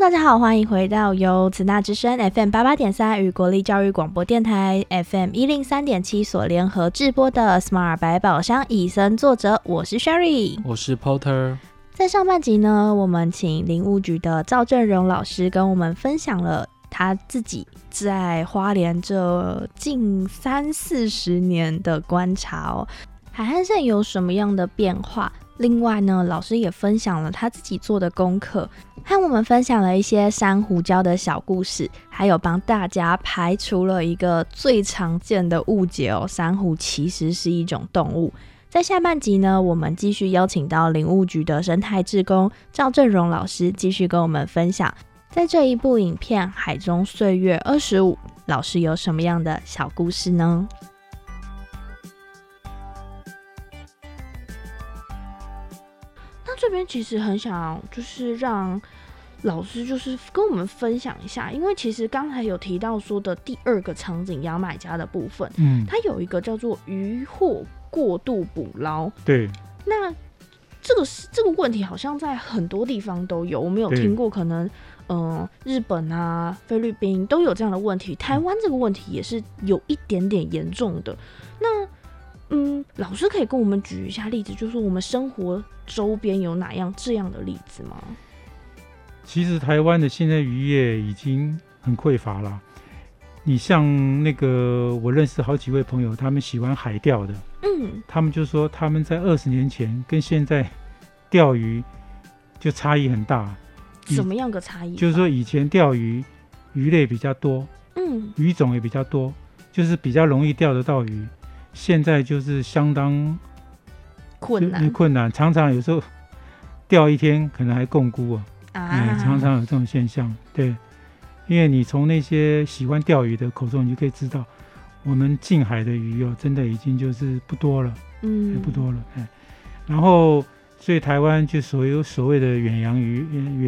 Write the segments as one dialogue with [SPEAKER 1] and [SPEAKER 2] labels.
[SPEAKER 1] 大家好，欢迎回到由慈大之声 FM 八八点三与国立教育广播电台 FM 一零三点七所联合制播的《Smart 百宝箱以身作则》，我是 Sherry，
[SPEAKER 2] 我是 Porter。
[SPEAKER 1] 在上半集呢，我们请林务局的赵正荣老师跟我们分享了他自己在花莲这近三四十年的观察哦，海岸线有什么样的变化？另外呢，老师也分享了他自己做的功课，和我们分享了一些珊瑚礁的小故事，还有帮大家排除了一个最常见的误解哦，珊瑚其实是一种动物。在下半集呢，我们继续邀请到林务局的生态志工赵正荣老师，继续跟我们分享在这一部影片《海中岁月二十五》，老师有什么样的小故事呢？这边其实很想就是让老师就是跟我们分享一下，因为其实刚才有提到说的第二个场景牙买加的部分，
[SPEAKER 2] 嗯，
[SPEAKER 1] 它有一个叫做渔获过度捕捞。
[SPEAKER 2] 对，
[SPEAKER 1] 那这个是这个问题好像在很多地方都有，我们有
[SPEAKER 2] 对
[SPEAKER 1] 听过，可能嗯、呃日本啊、菲律宾都有这样的问题，
[SPEAKER 2] 嗯
[SPEAKER 1] 台湾这个问题也是有一点点严重的。那嗯，老师可以跟我们举一下例子，就是我们生活周边有哪样这样的例子吗？
[SPEAKER 2] 其实台湾的现在渔业已经很匮乏了。你像那个，我认识好几位朋友，他们喜欢海钓的，
[SPEAKER 1] 嗯，
[SPEAKER 2] 他们就说他们在二十年前跟现在钓鱼就差异很大，嗯
[SPEAKER 1] 怎么样个差异？
[SPEAKER 2] 就是，说以前钓鱼鱼类比较多，
[SPEAKER 1] 嗯
[SPEAKER 2] 鱼种也比较多，就是比较容易钓得到鱼。现在就是相当
[SPEAKER 1] 困难
[SPEAKER 2] 困难，常常有时候钓一天可能还共估啊。
[SPEAKER 1] 啊
[SPEAKER 2] 哎，，常常有这种现象，对，因为你从那些喜欢钓鱼的口中，你就可以知道，我们近海的鱼哦，真的已经就是不多了，也
[SPEAKER 1] 嗯
[SPEAKER 2] 不，多了，哎，然后所以台湾就所有所谓的远洋渔远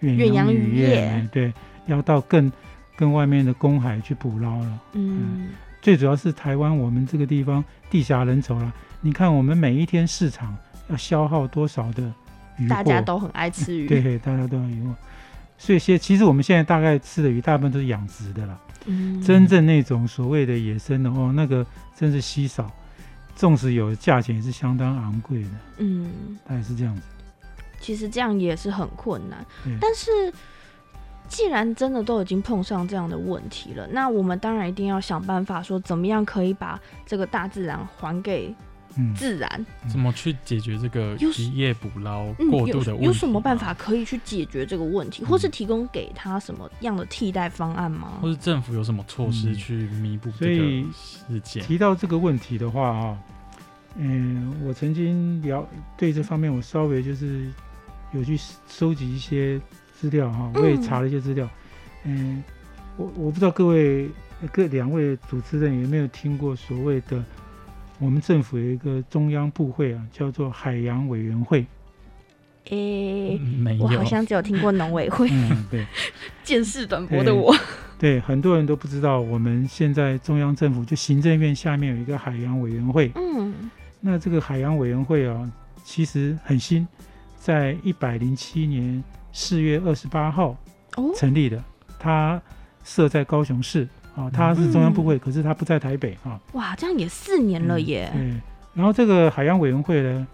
[SPEAKER 2] 远
[SPEAKER 1] 远洋渔
[SPEAKER 2] 渔
[SPEAKER 1] 业
[SPEAKER 2] 哎对，要到更更外面的公海去捕捞了。
[SPEAKER 1] 嗯
[SPEAKER 2] 最主要是台湾我们这个地方地狭人稠了，你看我们每一天市场要消耗多少的嗯鱼
[SPEAKER 1] 大家
[SPEAKER 2] 货
[SPEAKER 1] 都很爱吃鱼，，
[SPEAKER 2] 对，大家都要鱼货。所以现其实我们现在大概吃的鱼，大部分都是养殖的啦。
[SPEAKER 1] 嗯，
[SPEAKER 2] 真正那种所谓的野生的哦，那个真是稀少，纵使有，价钱也是相当昂贵的，
[SPEAKER 1] 嗯。
[SPEAKER 2] 大概是这样子。
[SPEAKER 1] 其实这样也是很困难。
[SPEAKER 2] 嗯
[SPEAKER 1] 但是，既然真的都已经碰上这样的问题了，那我们当然一定要想办法说，怎么样可以把这个大自然还给
[SPEAKER 2] 嗯，
[SPEAKER 1] 自然？
[SPEAKER 3] 怎么去解决这个
[SPEAKER 1] 有
[SPEAKER 3] 渔业捕捞
[SPEAKER 1] 嗯，
[SPEAKER 3] 过
[SPEAKER 1] 有
[SPEAKER 3] 度的问题、
[SPEAKER 1] 有什么办法？可以去解决这个问题，
[SPEAKER 3] 嗯
[SPEAKER 1] 或是提供给他什么样的替代方案吗
[SPEAKER 3] 或？是政府有什么措施
[SPEAKER 2] 嗯
[SPEAKER 3] 去弥补
[SPEAKER 2] 所
[SPEAKER 3] 这
[SPEAKER 2] 以
[SPEAKER 3] 个事件？
[SPEAKER 2] 提到这个问题的话啊、嗯、我曾经了对这方面，我稍微就是有去收集一些资料哈、我也
[SPEAKER 1] 嗯
[SPEAKER 2] 查了一些资料。嗯，我我不知道各位呃各两位主持人有没有听过所谓的我们政府有一个中央部会啊，叫做海洋委员会。，
[SPEAKER 1] 诶、
[SPEAKER 3] 嗯没
[SPEAKER 1] 我
[SPEAKER 3] 有，
[SPEAKER 1] 好像只有听过农委会
[SPEAKER 2] 嗯，对
[SPEAKER 1] 见识短薄的我，
[SPEAKER 2] 对，很多人都不知道，我们现在中央政府就行政院下面有一个海洋委员会。
[SPEAKER 1] 嗯
[SPEAKER 2] 那这个海洋委员会啊，其实很新，在一百零七年四月二十八号
[SPEAKER 1] 哦，
[SPEAKER 2] 成立的，它设在高雄市啊，它是中央部会，可是它不在台北啊。
[SPEAKER 1] 哇，这样也四年了耶，
[SPEAKER 2] 对，然后这个海洋委员会呢，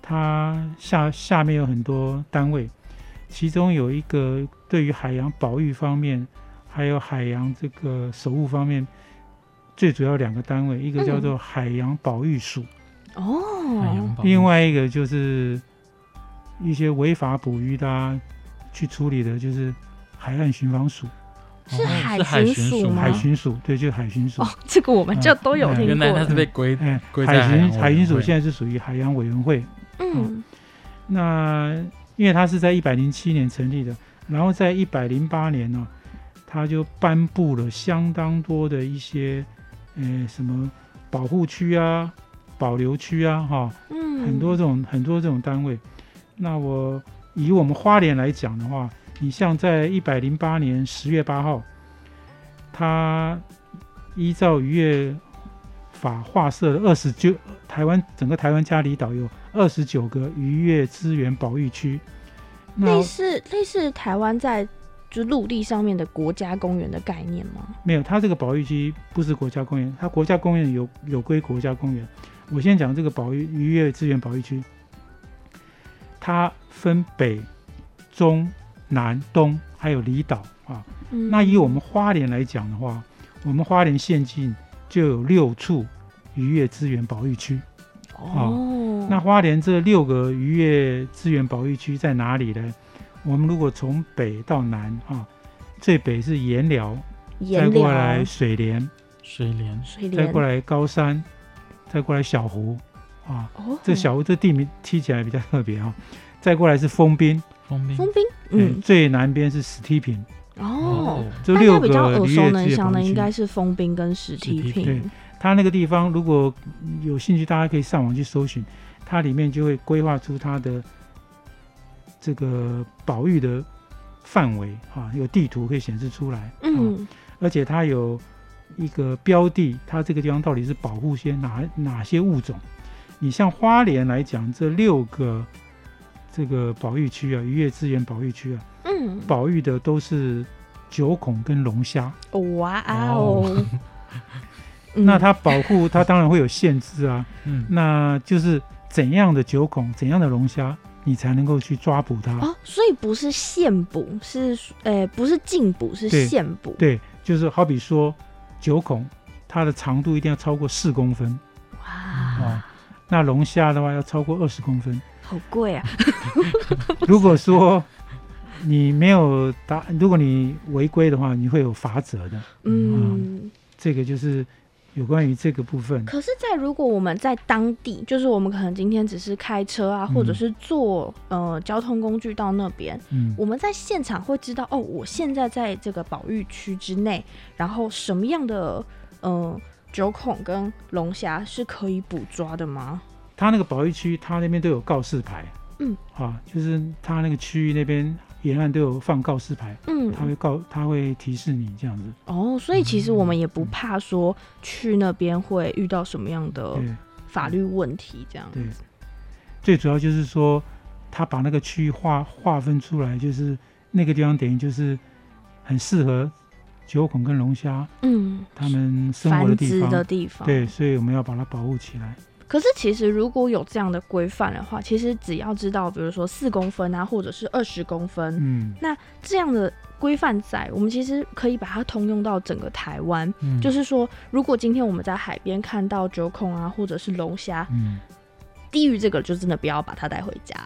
[SPEAKER 2] 它下下面有很多单位，其中有一个对于海洋保育方面，还有海洋这个守护方面，最主要两个单位，一个叫做海洋保育署，
[SPEAKER 3] 海
[SPEAKER 1] 哦
[SPEAKER 3] 洋，保护
[SPEAKER 2] 另外一个就是一些违法捕鱼的、啊、去处理的，就是海岸巡防署、
[SPEAKER 3] 哦
[SPEAKER 1] 是
[SPEAKER 3] 海
[SPEAKER 1] 海巡
[SPEAKER 3] 巡
[SPEAKER 1] 署吗
[SPEAKER 2] 海巡署，对，就是海巡署。
[SPEAKER 1] 哦，这个我们就都有
[SPEAKER 2] 嗯
[SPEAKER 1] 听
[SPEAKER 3] 原来
[SPEAKER 1] 过
[SPEAKER 3] 它
[SPEAKER 1] 了，
[SPEAKER 3] 是被归
[SPEAKER 2] 哎，
[SPEAKER 3] 归在
[SPEAKER 2] 海
[SPEAKER 3] 海洋
[SPEAKER 2] 巡
[SPEAKER 3] 委员
[SPEAKER 2] 海巡署
[SPEAKER 3] 会
[SPEAKER 2] 现在是属于海洋委员会，
[SPEAKER 1] 嗯
[SPEAKER 2] 那因为它是在一百零七年成立的，然后在一百零八年呢、它就颁布了相当多的一些，呃，什么保护区啊、保留区啊，哈、
[SPEAKER 1] 嗯，
[SPEAKER 2] 很多这种很多这种单位。那我以我们花莲来讲的话，你像在一百零八年十月八号，它依照渔业法划设了二十九台湾整个台湾嘉里岛有二十九个渔业资源保育区。那
[SPEAKER 1] 类似类似台湾在就陆地上面的国家公园的概念吗？
[SPEAKER 2] 没有，它这个保育区不是国家公园，它国家公园有有归国家公园。我先讲这个保育渔业资源保育区，它分北、中、南、东，还有离岛啊。
[SPEAKER 1] 嗯
[SPEAKER 2] 那以我们花莲来讲的话，我们花莲县境就有六处渔业资源保育区。
[SPEAKER 1] 哦，
[SPEAKER 2] 啊那花莲这六个渔业资源保育区在哪里呢？我们如果从北到南啊，最北是盐寮，再
[SPEAKER 1] 盐寮、
[SPEAKER 2] 过来水莲，
[SPEAKER 3] 水莲
[SPEAKER 1] 啊水
[SPEAKER 2] 再
[SPEAKER 1] 莲
[SPEAKER 2] 过来高山，再过来小湖啊。
[SPEAKER 1] 哦，
[SPEAKER 2] 这小湖这地名听起来比较特别啊。再过来是丰滨，
[SPEAKER 3] 封冰
[SPEAKER 1] 封冰，
[SPEAKER 2] 嗯，
[SPEAKER 1] 嗯，
[SPEAKER 2] 最南边是石梯坪，
[SPEAKER 1] 哦，，
[SPEAKER 2] 这
[SPEAKER 1] 大
[SPEAKER 2] 六
[SPEAKER 1] 家比较
[SPEAKER 2] 个
[SPEAKER 1] 耳
[SPEAKER 2] 渔
[SPEAKER 1] 熟
[SPEAKER 2] 业
[SPEAKER 1] 能
[SPEAKER 2] 资源
[SPEAKER 1] 详
[SPEAKER 2] 保
[SPEAKER 1] 的
[SPEAKER 2] 育
[SPEAKER 1] 应
[SPEAKER 2] 区
[SPEAKER 1] 该。是封冰跟史
[SPEAKER 3] 史
[SPEAKER 1] 提
[SPEAKER 3] 提
[SPEAKER 1] 品
[SPEAKER 2] 品，它那个地方如果有兴趣，大家可以上网去搜寻，它里面就会规划出它的这个保育的范围啊，有地图可以显示出来，啊
[SPEAKER 1] 嗯，
[SPEAKER 2] 而且它有一个标的，它这个地方到底是保护些哪哪些物种？你像花莲来讲，这六个这个保育区啊，渔业资源保育区啊，
[SPEAKER 1] 嗯，
[SPEAKER 2] 保育的都是九孔跟龙虾。
[SPEAKER 1] 哇哦
[SPEAKER 3] 哦，
[SPEAKER 1] 嗯
[SPEAKER 2] 那它保护，它当然会有限制啊。
[SPEAKER 3] 嗯，
[SPEAKER 2] 那就是怎样的九孔、怎样的龙虾，你才能够去抓捕它？
[SPEAKER 1] 哦，所以不是现捕，是呃，不是禁捕，是
[SPEAKER 2] 对
[SPEAKER 1] 现捕，
[SPEAKER 2] 对，就是好比说九孔，它的长度一定要超过四公分啊、
[SPEAKER 1] 哇，
[SPEAKER 2] 那龙虾的话要超过二十公分。
[SPEAKER 1] 好贵啊，
[SPEAKER 2] 如果说你没有达，如果你违规的话，你会有罚则的。
[SPEAKER 1] 嗯。
[SPEAKER 2] 这个就是有关于这个部分。
[SPEAKER 1] 可是，在如果我们在当地，就是我们可能今天只是开车啊，
[SPEAKER 2] 嗯
[SPEAKER 1] 或者是坐呃交通工具到那边，
[SPEAKER 2] 嗯，
[SPEAKER 1] 我们在现场会知道哦，我现在在这个保育区之内，然后什么样的呃九孔跟龙虾是可以捕抓的吗？
[SPEAKER 2] 它那个保育区，它那边都有告示牌。
[SPEAKER 1] 嗯，
[SPEAKER 2] 啊，就是它那个区域那边沿岸都有放告示牌。他
[SPEAKER 1] 嗯，
[SPEAKER 2] 会告，他会提示你这样子。
[SPEAKER 1] 哦，所以其实我们也不怕说去那边会遇到什么样的
[SPEAKER 2] 嗯对
[SPEAKER 1] 法律问题，这样。
[SPEAKER 2] 对，最主要就是说，他把那个区域划划分出来，就是那个地方等于就是很适合九孔跟龙虾
[SPEAKER 1] 嗯，
[SPEAKER 2] 它们生活
[SPEAKER 1] 繁
[SPEAKER 2] 的地
[SPEAKER 1] 殖
[SPEAKER 2] 方。
[SPEAKER 1] 的地方。
[SPEAKER 2] 对，所以我们要把它保护起来。
[SPEAKER 1] 可是其实如果有这样的规范的话，其实只要知道，比如说四公分啊，或者是二十公分、
[SPEAKER 2] 嗯，
[SPEAKER 1] 这样的规范在，我们其实可以把它通用到整个台湾。
[SPEAKER 3] 嗯
[SPEAKER 1] 就是说，如果今天我们在海边看到九孔啊，或者是龙虾，
[SPEAKER 2] 嗯，
[SPEAKER 1] 低于这个就真的不要把它带回家。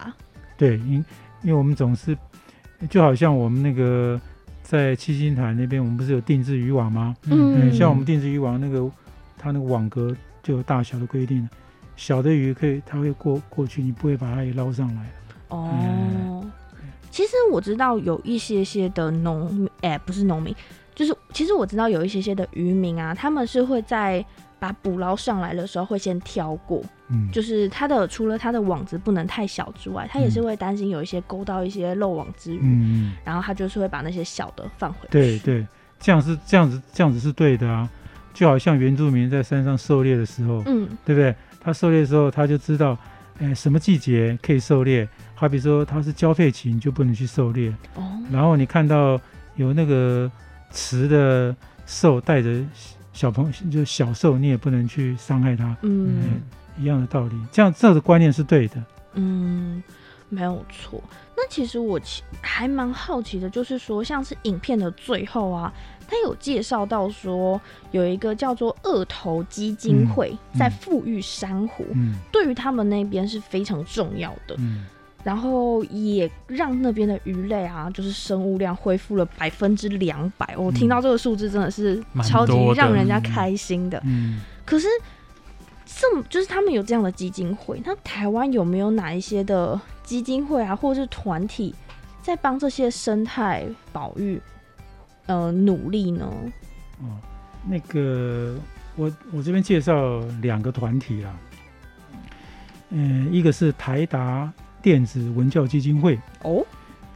[SPEAKER 2] 对，因因为我们总是就好像我们那个在七星潭那边，我们不是有定制渔网吗？
[SPEAKER 1] 嗯
[SPEAKER 2] 嗯，像我们定制渔网那个，它那个网格就有大小的规定了，小的鱼可以，它会过过去，你不会把它给捞上来。
[SPEAKER 1] 哦。
[SPEAKER 2] 嗯
[SPEAKER 1] 其实我知道有一些些的农民，哎、不是农民，就是其实我知道有一些些的渔民啊，他们是会在把捕捞上来的时候会先挑过，
[SPEAKER 2] 嗯，
[SPEAKER 1] 就是它的除了它的网子不能太小之外，它也是会担心有一些勾到一些漏网之鱼，
[SPEAKER 2] 嗯，
[SPEAKER 1] 然后它就是会把那些小的放回去。
[SPEAKER 2] 对，对，这样是这样子，这样子是对的啊。就好像原住民在山上狩猎的时候，
[SPEAKER 1] 嗯
[SPEAKER 2] 对不对？他狩猎的时候，他就知道，哎，什么季节可以狩猎。好比说他是交配期，你就不能去狩猎。
[SPEAKER 1] 哦，
[SPEAKER 2] 然后你看到有那个雌的兽带着小朋友，就小兽，你也不能去伤害它。
[SPEAKER 1] 嗯
[SPEAKER 2] 嗯一样的道理，这样这样的观念是对的。
[SPEAKER 1] 嗯，没有错。那其实我其还蛮好奇的，就是说，像是影片的最后啊，它有介绍到说有一个叫做二头基金会
[SPEAKER 2] 嗯
[SPEAKER 1] 在
[SPEAKER 2] 嗯
[SPEAKER 1] 富裕珊瑚，
[SPEAKER 2] 嗯
[SPEAKER 1] 对于他们那边是非常重要的。
[SPEAKER 2] 嗯，
[SPEAKER 1] 然后也让那边的鱼类啊，就是生物量恢复了百分之两百。我
[SPEAKER 2] 嗯
[SPEAKER 1] 听到这个数字真的是
[SPEAKER 3] 蛮
[SPEAKER 1] 超级
[SPEAKER 3] 多的
[SPEAKER 1] 让人家开心的。
[SPEAKER 2] 嗯，
[SPEAKER 1] 可是这么就是他们有这样的基金会，那台湾有没有哪一些的基金会啊，或者是团体在帮这些生态保育呃努力呢？
[SPEAKER 2] 哦，那个我我这边介绍两个团体啦，嗯、一个是台达电子文教基金会，
[SPEAKER 1] 哦，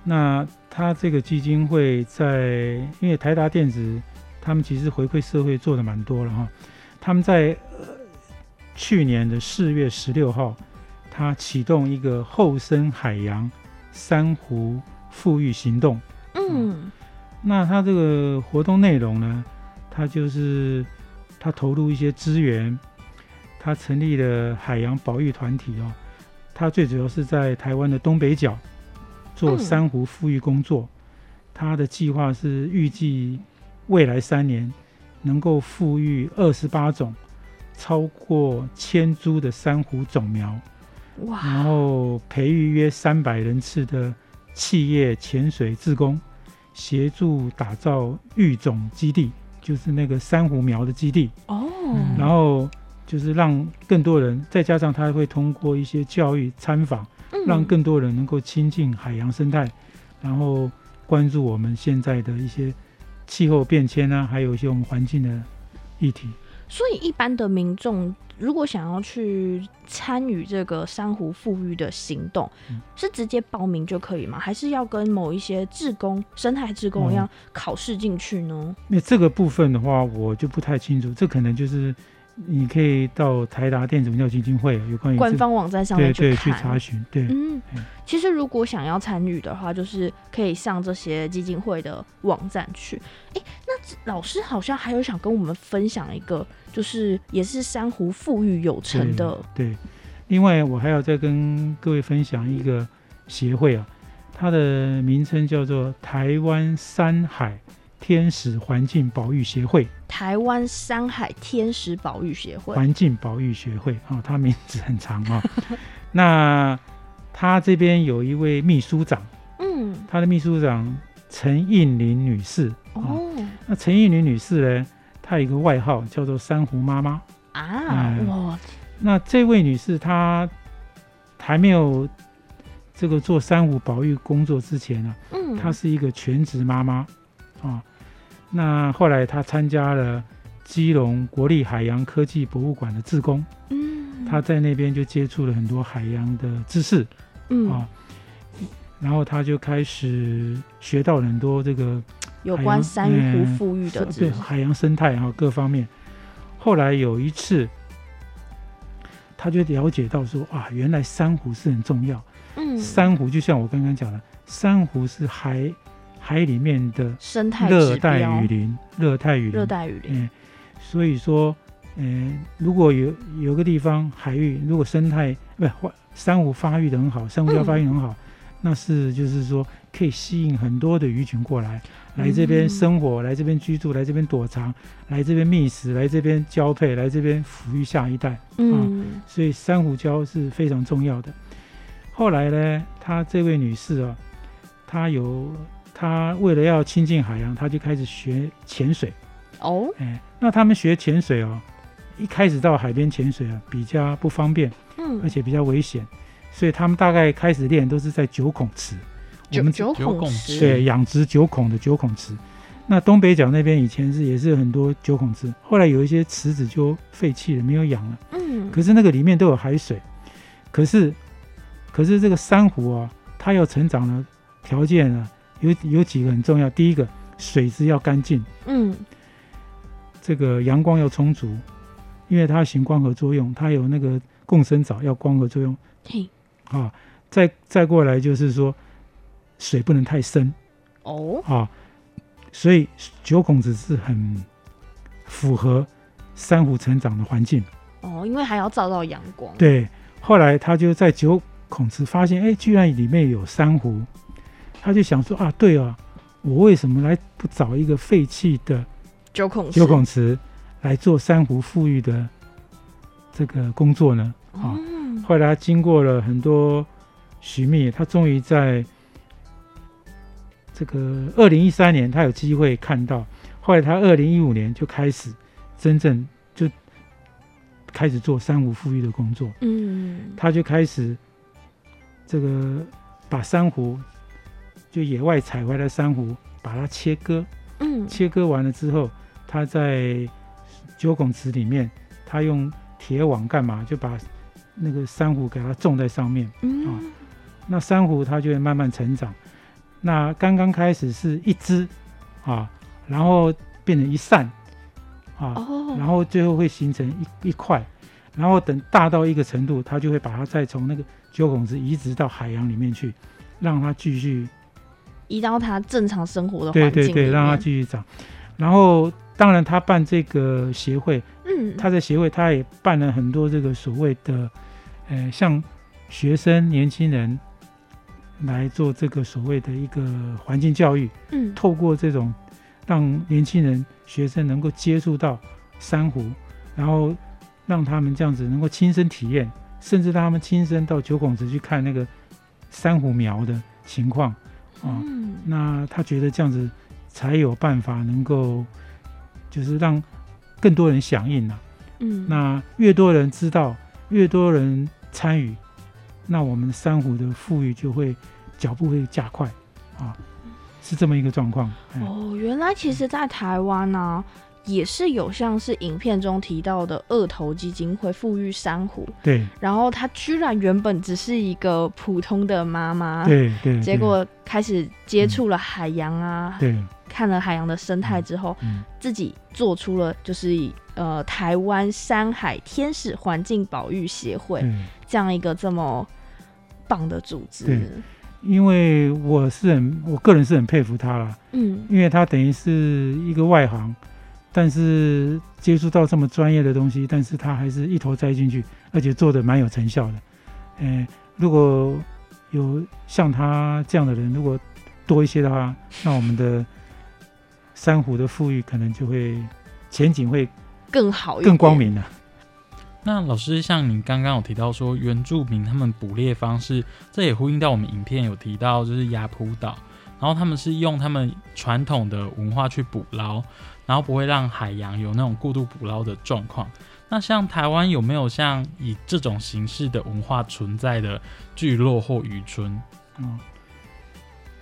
[SPEAKER 2] 那他这个基金会在，因为台达电子他们其实回馈社会做的蛮多了哈，他们在、呃去年的四月十六号，他启动一个后生海洋珊瑚富裕行动。
[SPEAKER 1] 嗯，
[SPEAKER 2] 那它这个活动内容呢，它就是它投入一些资源，它成立了海洋保育团体哦，它最主要是在台湾的东北角做
[SPEAKER 1] 嗯
[SPEAKER 2] 珊瑚复育工作，它的计划是预计未来三年能够复育二十八种。超过千株的珊瑚种苗，
[SPEAKER 1] 哇，
[SPEAKER 2] 然后培育约三百人次的企业潜水志工，协助打造育种基地，就是那个珊瑚苗的基地。
[SPEAKER 1] 哦，
[SPEAKER 3] 嗯
[SPEAKER 2] 然后就是让更多人，再加上他会通过一些教育参访，
[SPEAKER 1] 嗯
[SPEAKER 2] 让更多人能够亲近海洋生态，然后关注我们现在的一些气候变迁啊，还有一些我们环境的议题。
[SPEAKER 1] 所以一般的民众如果想要去参与这个珊瑚富裕的行动，
[SPEAKER 2] 嗯
[SPEAKER 1] 是直接报名就可以吗？还是要跟某一些志工、生态志工一
[SPEAKER 2] 哦
[SPEAKER 1] 样考试进去呢？
[SPEAKER 2] 那这个部分的话，我就不太清楚，这可能就是你可以到台达电子文教基金会有关于这
[SPEAKER 1] 官方网站上
[SPEAKER 2] 嗯对
[SPEAKER 1] 面
[SPEAKER 2] 对去
[SPEAKER 1] 看。
[SPEAKER 2] 查询，对、
[SPEAKER 1] 嗯
[SPEAKER 2] 嗯，
[SPEAKER 1] 其实如果想要参与的话，就是可以上这些基金会的网站去。哎，那老师好像还有想跟我们分享一个，就是也是珊瑚富裕有成的，
[SPEAKER 2] 对。另外，我还要再跟各位分享一个协会啊，它的名称叫做台湾山海天使环境保育协会，
[SPEAKER 1] 台湾山海天使保育协会。
[SPEAKER 2] 环境保育学会啊、哦，它名字很长 啊、那它这边有一位秘书长，
[SPEAKER 1] 嗯，
[SPEAKER 2] 他的秘书长陈应林女士啊。
[SPEAKER 1] 哦。
[SPEAKER 2] 那陈忆女女士呢，她有一个外号叫做“珊瑚妈妈
[SPEAKER 1] 啊，
[SPEAKER 2] 嗯
[SPEAKER 1] 哇，”。
[SPEAKER 2] 那这位女士她还没有这个做珊瑚保育工作之前呢、
[SPEAKER 1] 嗯，
[SPEAKER 2] 她是一个全职妈妈啊。那后来她参加了基隆国立海洋科技博物馆的志工，
[SPEAKER 1] 嗯，
[SPEAKER 2] 她在那边就接触了很多海洋的知识
[SPEAKER 1] 嗯
[SPEAKER 2] 啊。然后她就开始学到了很多这个
[SPEAKER 1] 有
[SPEAKER 2] 海
[SPEAKER 1] 关
[SPEAKER 2] 洋
[SPEAKER 1] 珊瑚
[SPEAKER 2] 嗯
[SPEAKER 1] 富裕的
[SPEAKER 2] 是
[SPEAKER 1] 知
[SPEAKER 2] 对
[SPEAKER 1] 识，
[SPEAKER 2] 海洋生态还有各方面。后来有一次，他就了解到说啊，原来珊瑚是很重要。
[SPEAKER 1] 嗯，
[SPEAKER 2] 珊瑚就像我刚刚讲的，珊瑚是海海里面的
[SPEAKER 1] 生态
[SPEAKER 2] 热
[SPEAKER 1] 指标
[SPEAKER 2] 带雨林，热带雨
[SPEAKER 1] 热
[SPEAKER 2] 林。
[SPEAKER 1] 带雨林，
[SPEAKER 2] 嗯，所以说，嗯、如果有有个地方海域，如果生态不是或珊瑚发育的很好，珊瑚礁发育得很好，那是就是说可以吸引很多的鱼群过来，来这边
[SPEAKER 1] 嗯
[SPEAKER 2] 生活，来这边居住，来这边躲藏，来这边觅食，来这边交配，来这边抚育下一代。
[SPEAKER 1] 嗯
[SPEAKER 2] 所以珊瑚礁是非常重要的。后来呢，她这位女士啊，她有她为了要亲近海洋，她就开始学潜水。
[SPEAKER 1] 哦，
[SPEAKER 2] 哎，那他们学潜水哦，一开始到海边潜水啊，比较不方便，而
[SPEAKER 1] 嗯，
[SPEAKER 2] 且比较危险，所以他们大概开始练都是在九孔池。我
[SPEAKER 1] 九
[SPEAKER 2] 们
[SPEAKER 1] 九
[SPEAKER 3] 九
[SPEAKER 1] 孔
[SPEAKER 3] 孔
[SPEAKER 1] 石，
[SPEAKER 3] 池
[SPEAKER 2] 对养殖九孔的九孔池，那东北角那边以前是也是很多九孔池，后来有一些池子就废弃了，没有养了。
[SPEAKER 1] 嗯，
[SPEAKER 2] 可是那个里面都有海水，可是可是这个珊瑚啊，它要成长的条件啊，有有几个很重要。第一个，水质要干净。
[SPEAKER 1] 嗯，
[SPEAKER 2] 这个阳光要充足，因为它行光合作用，它有那个共生藻要光合作用
[SPEAKER 1] 嘿，
[SPEAKER 2] 啊。再再过来就是说，水不能太深
[SPEAKER 1] 哦，
[SPEAKER 2] 啊，所以九孔子是很符合珊瑚成长的环境。
[SPEAKER 1] 哦，因为还要照到阳光，，
[SPEAKER 2] 对，后来他就在九孔池发现，哎，居然里面有珊瑚，他就想说啊，对啊，我为什么来不找一个废弃的
[SPEAKER 1] 九孔石
[SPEAKER 2] 九，孔池来做珊瑚富裕的这个工作呢？啊、
[SPEAKER 1] 嗯，
[SPEAKER 2] 后来他经过了很多寻觅，他终于在这个二零一三年，他有机会看到。后来他二零一五年就开始真正就开始做珊瑚富裕的工作，
[SPEAKER 1] 嗯，
[SPEAKER 2] 他就开始这个把珊瑚就野外采回来的珊瑚，把它切割，
[SPEAKER 1] 嗯，
[SPEAKER 2] 切割完了之后，他在九孔池里面，他用铁网干嘛？就把那个珊瑚给它种在上面。啊
[SPEAKER 1] 嗯，
[SPEAKER 2] 那珊瑚它就会慢慢成长。那刚刚开始是一只啊，然后变成一扇啊，然
[SPEAKER 1] 哦，
[SPEAKER 2] 后最后会形成一一块，然后等大到一个程度，它就会把它再从那个九孔池移植到海洋里面去，让它继续
[SPEAKER 1] 移到他正常生活的
[SPEAKER 2] 对
[SPEAKER 1] 环境
[SPEAKER 2] 对对，
[SPEAKER 1] 里
[SPEAKER 2] 让它
[SPEAKER 1] 面
[SPEAKER 2] 继续长。然后，当然他办这个协会，
[SPEAKER 1] 嗯，
[SPEAKER 2] 他的协会他也办了很多这个所谓的，呃，像学生年轻人来做这个所谓的一个环境教育，
[SPEAKER 1] 嗯
[SPEAKER 2] 透过这种让年轻人学生能够接触到珊瑚，然后让他们这样子能够亲身体验，甚至让他们亲身到九孔池去看那个珊瑚苗的情况啊。
[SPEAKER 1] 嗯
[SPEAKER 2] 那他觉得这样子才有办法能够，就是让更多人响应啊。
[SPEAKER 1] 嗯，
[SPEAKER 2] 那越多人知道，越多人参与，那我们珊瑚的富裕就会脚步会加快啊，是这么一个状况。哎
[SPEAKER 1] 哦，原来其实，在台湾呢、也是有像是影片中提到的二头基金会富裕珊瑚，
[SPEAKER 2] 对
[SPEAKER 1] 然后她居然原本只是一个普通的妈妈，
[SPEAKER 2] 对对，
[SPEAKER 1] 啊结果开始接触了海洋啊，
[SPEAKER 2] 对，
[SPEAKER 1] 看了海洋的生态之后，
[SPEAKER 2] 嗯
[SPEAKER 1] 自己做出了就是以呃台湾山海天使环境保育协会
[SPEAKER 2] 对，
[SPEAKER 1] 这样一个这么棒的组
[SPEAKER 2] 对
[SPEAKER 1] 织，
[SPEAKER 2] 因为我是很，我个人是很佩服他啦，
[SPEAKER 1] 嗯
[SPEAKER 2] 因为他等于是一个外行，但是接触到这么专业的东西，但是他还是一头栽进去，而且做的蛮有成效的。呃，如果有像他这样的人，如果多一些的话，那我们的珊瑚的富裕可能就会前景会
[SPEAKER 1] 更好一点
[SPEAKER 2] 更光。明了、
[SPEAKER 3] 那老师，像你刚刚有提到说原住民他们捕猎方式，这也呼应到我们影片有提到，就是雅浦岛，然后他们是用他们传统的文化去捕捞，然后不会让海洋有那种过度捕捞的状况。那像台湾有没有像以这种形式的文化存在的聚落或渔村？
[SPEAKER 2] 嗯，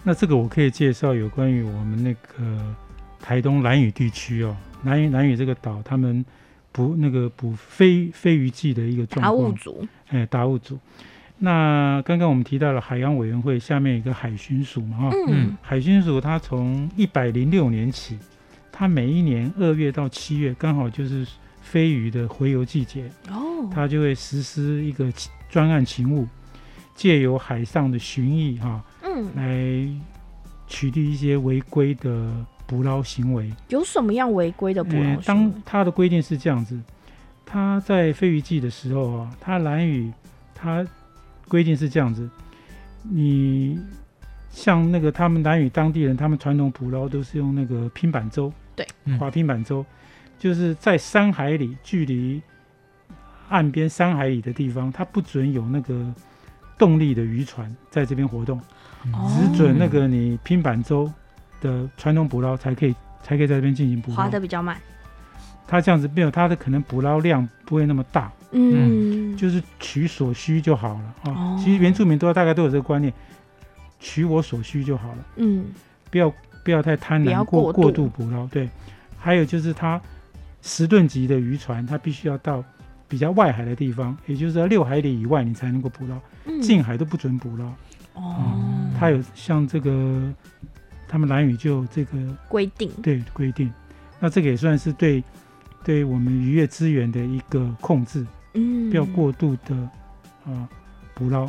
[SPEAKER 2] 那这个我可以介绍有关于我们那个台东兰屿地区哦，兰屿兰屿这个岛，他们捕那个捕飞飞鱼季的一个
[SPEAKER 1] 达
[SPEAKER 2] 状
[SPEAKER 1] 悟
[SPEAKER 2] 况，
[SPEAKER 1] 族，
[SPEAKER 2] 哎，达悟组。那刚刚我们提到了海洋委员会下面有一个海巡署嘛，哈、
[SPEAKER 1] 嗯
[SPEAKER 3] 嗯
[SPEAKER 2] 海巡署它从一百零六年起，它每一年二月到七月刚好就是飞鱼的洄游季节，
[SPEAKER 1] 哦，
[SPEAKER 2] 嗯他就会实施一个专案勤务，借由海上的巡弋哈、
[SPEAKER 1] 嗯，
[SPEAKER 2] 来取缔一些违规的捕捞行为。
[SPEAKER 1] 有什么样违规的捕捞
[SPEAKER 2] 呃
[SPEAKER 1] 行为？
[SPEAKER 2] 当它的规定是这样子，它在飞鱼季的时候啊，它蓝屿它规定是这样子，你像那个他们蓝屿当地人，他们传统捕捞都是用那个拼板舟，
[SPEAKER 1] 对
[SPEAKER 3] 嗯
[SPEAKER 2] 划拼板舟，就是在山海里距离岸边山海里的地方，它不准有那个动力的渔船在这边活动。
[SPEAKER 1] 哦
[SPEAKER 2] 只准那个你拼板舟的传统捕捞才可以，才可以在这边进行捕
[SPEAKER 1] 滑
[SPEAKER 2] 捞
[SPEAKER 1] 的。比较慢，
[SPEAKER 2] 它这样子没有，它的可能捕捞量不会那么大，
[SPEAKER 1] 嗯，
[SPEAKER 2] 就是取所需就好了啊。
[SPEAKER 1] 哦
[SPEAKER 2] 其实原住民都大概都有这个观念，取我所需就好了，
[SPEAKER 1] 嗯
[SPEAKER 2] 不要不要太贪
[SPEAKER 1] 不
[SPEAKER 2] 婪
[SPEAKER 1] 要
[SPEAKER 2] 过
[SPEAKER 1] 过度
[SPEAKER 2] 度捕捞。对，还有就是它十吨级的渔船，它必须要到比较外海的地方，也就是要六海里以外你才能够捕捞，
[SPEAKER 1] 嗯，
[SPEAKER 2] 近海都不准捕捞。
[SPEAKER 1] 哦，
[SPEAKER 2] 它有像这个，他们蓝屿就有这个
[SPEAKER 1] 规定，
[SPEAKER 2] 对规定，那这个也算是对对我们渔业资源的一个控制，
[SPEAKER 1] 嗯，
[SPEAKER 2] 不要过度的啊、呃捕捞。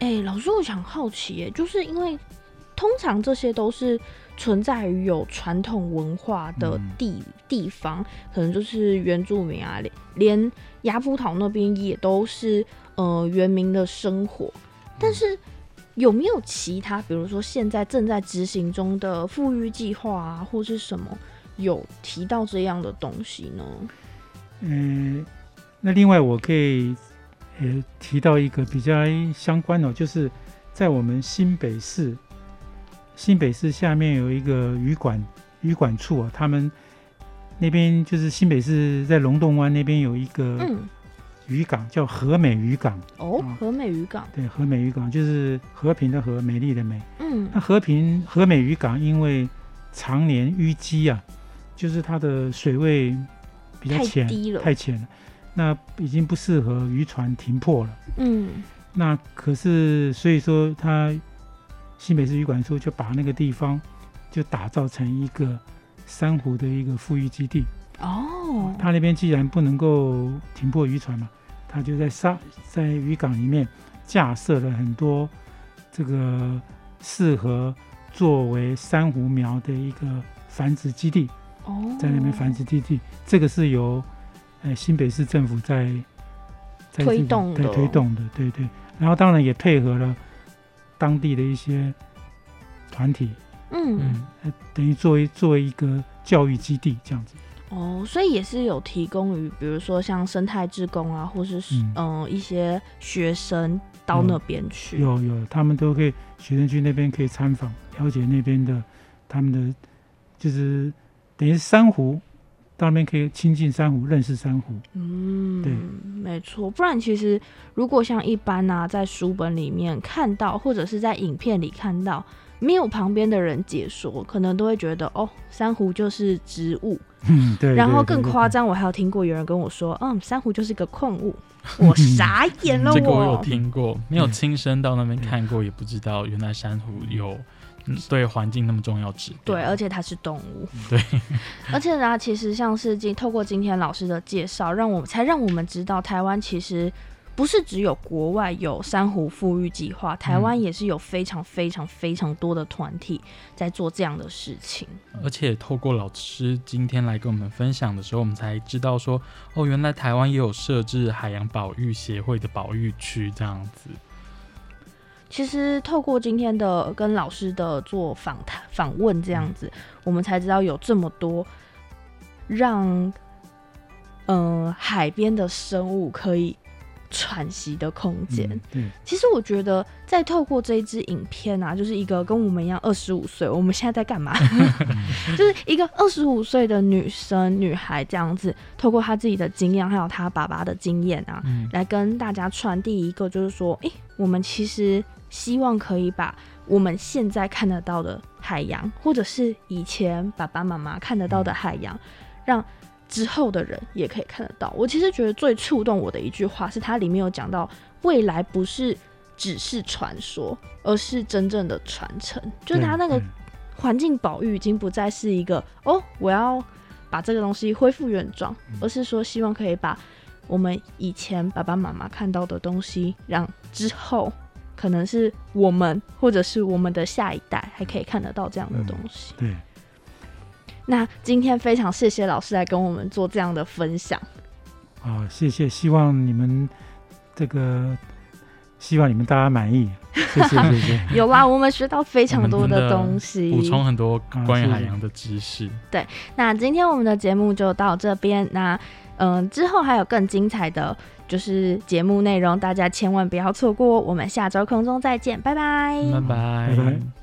[SPEAKER 1] 哎、老师，我想好奇耶，就是因为通常这些都是存在于有传统文化的
[SPEAKER 2] 嗯
[SPEAKER 1] 地、地方，可能就是原住民啊，连连雅浦岛那边也都是呃原民的生活，
[SPEAKER 2] 嗯
[SPEAKER 1] 但是。有没有其他，比如说现在正在执行中的富裕计划啊，或是什么有提到这样的东西呢？
[SPEAKER 2] 嗯、那另外我可以呃提到一个比较相关的，哦就是在我们新北市，新北市下面有一个渔管渔管处啊，他们那边就是新北市在龙洞湾那边有一个
[SPEAKER 1] 嗯，
[SPEAKER 2] 渔港、叫和美渔港，
[SPEAKER 1] 哦
[SPEAKER 2] 啊，
[SPEAKER 1] 和美渔港，
[SPEAKER 2] 对，和美渔港就是和平的和，美丽的美。
[SPEAKER 1] 嗯
[SPEAKER 2] 那和平和美渔港因为常年淤积啊，就是它的水位比较
[SPEAKER 1] 太
[SPEAKER 2] 浅，
[SPEAKER 1] 低了
[SPEAKER 2] 太浅了，那已经不适合渔船停泊了。
[SPEAKER 1] 嗯，
[SPEAKER 2] 那可是所以说，它新北市渔管处就把那个地方就打造成一个珊瑚的一个富裕基地。
[SPEAKER 1] 哦，
[SPEAKER 2] 它那边既然不能够停泊渔船嘛，它就在沙在渔港里面架设了很多这个适合作为珊瑚苗的一个繁殖基地，
[SPEAKER 1] 哦，
[SPEAKER 2] 在那边繁殖基地，这个是由呃新北市政府在在这个
[SPEAKER 1] 推动的
[SPEAKER 2] 对推动的，对对。然后当然也配合了当地的一些团体，
[SPEAKER 1] 嗯，
[SPEAKER 3] 嗯，
[SPEAKER 2] 呃等于作为作为一个教育基地这样子。
[SPEAKER 1] 哦，所以也是有提供于，比如说像生态志工啊，或是嗯
[SPEAKER 2] 嗯、
[SPEAKER 1] 呃一些学生到那边去。
[SPEAKER 2] 有有，他们都可以学生去那边可以参访，了解那边的他们的就是等于是珊瑚，到那边可以亲近珊瑚，认识珊瑚。
[SPEAKER 1] 嗯，
[SPEAKER 2] 对
[SPEAKER 1] 没错。不然其实如果像一般啊，在书本里面看到，或者是在影片里看到，没有旁边的人解说，可能都会觉得哦，珊瑚就是植物。
[SPEAKER 2] 嗯，对。
[SPEAKER 1] 然后
[SPEAKER 2] 对
[SPEAKER 1] 更
[SPEAKER 2] 对
[SPEAKER 1] 夸
[SPEAKER 2] 对
[SPEAKER 1] 张，我还有听过有人跟我说，嗯，珊瑚就是个矿 物，我傻眼了
[SPEAKER 3] 嗯这个我有
[SPEAKER 1] 哎我。
[SPEAKER 3] 听过，没
[SPEAKER 2] 嗯
[SPEAKER 3] 有亲身到那边看过，也不知道原来珊瑚有嗯对环境那么重要指标。
[SPEAKER 1] 对，而且它是动物。
[SPEAKER 3] 对，
[SPEAKER 1] 而且呢，其实像是今透过今天老师的介绍，让我们才让我们知道，台湾其实不是只有国外有珊瑚富裕计划，台湾也是有非常非常非常多的团体在做这样的事情。
[SPEAKER 3] 而且透过老师今天来跟我们分享的时候，我们才知道说，哦，原来台湾也有设置海洋保育协会的保育区这样子。
[SPEAKER 1] 其实透过今天的跟老师的做访谈访问这样子，我们才知道有这么多让嗯、呃海边的生物可以喘息的空间。
[SPEAKER 2] 嗯对，
[SPEAKER 1] 其实我觉得，在透过这一支影片啊，就是一个跟我们一样二十五岁，我们现在在干嘛？ 就是一个二十五岁的女生、女孩这样子，透过她自己的经验，还有她爸爸的经验啊，
[SPEAKER 3] 嗯，
[SPEAKER 1] 来跟大家传递一个，就是说，诶，我们其实希望可以把我们现在看得到的海洋，或者是以前爸爸妈妈看得到的海洋，让之后的人也可以看得到。我其实觉得最触动我的一句话是，它里面有讲到，未来不是只是传说，而是真正的传承。就是
[SPEAKER 2] 对
[SPEAKER 1] 它那个
[SPEAKER 2] 对
[SPEAKER 1] 环境保育已经不再是一个哦，我要把这个东西恢复原状，而是说希望可以把我们以前爸爸妈妈看到的东西，让之后可能是我们或者是我们的下一代还可以看得到这样的东西。
[SPEAKER 2] 对，
[SPEAKER 1] 那今天非常谢谢老师来跟我们做这样的分享。
[SPEAKER 2] 好，谢谢，希望你们这个，希望你们大家满意，谢谢谢谢。
[SPEAKER 1] 有啦，我们学到非常多的东西。
[SPEAKER 3] 补充很多
[SPEAKER 2] 啊
[SPEAKER 3] 关于
[SPEAKER 2] 谢谢
[SPEAKER 3] 海洋的知识。
[SPEAKER 1] 那今天我们的节目就到这边。那嗯、呃之后还有更精彩的就是节目内容，大家千万不要错过哦。我们下周空中再见，拜拜
[SPEAKER 3] 嗯拜拜，
[SPEAKER 2] 拜拜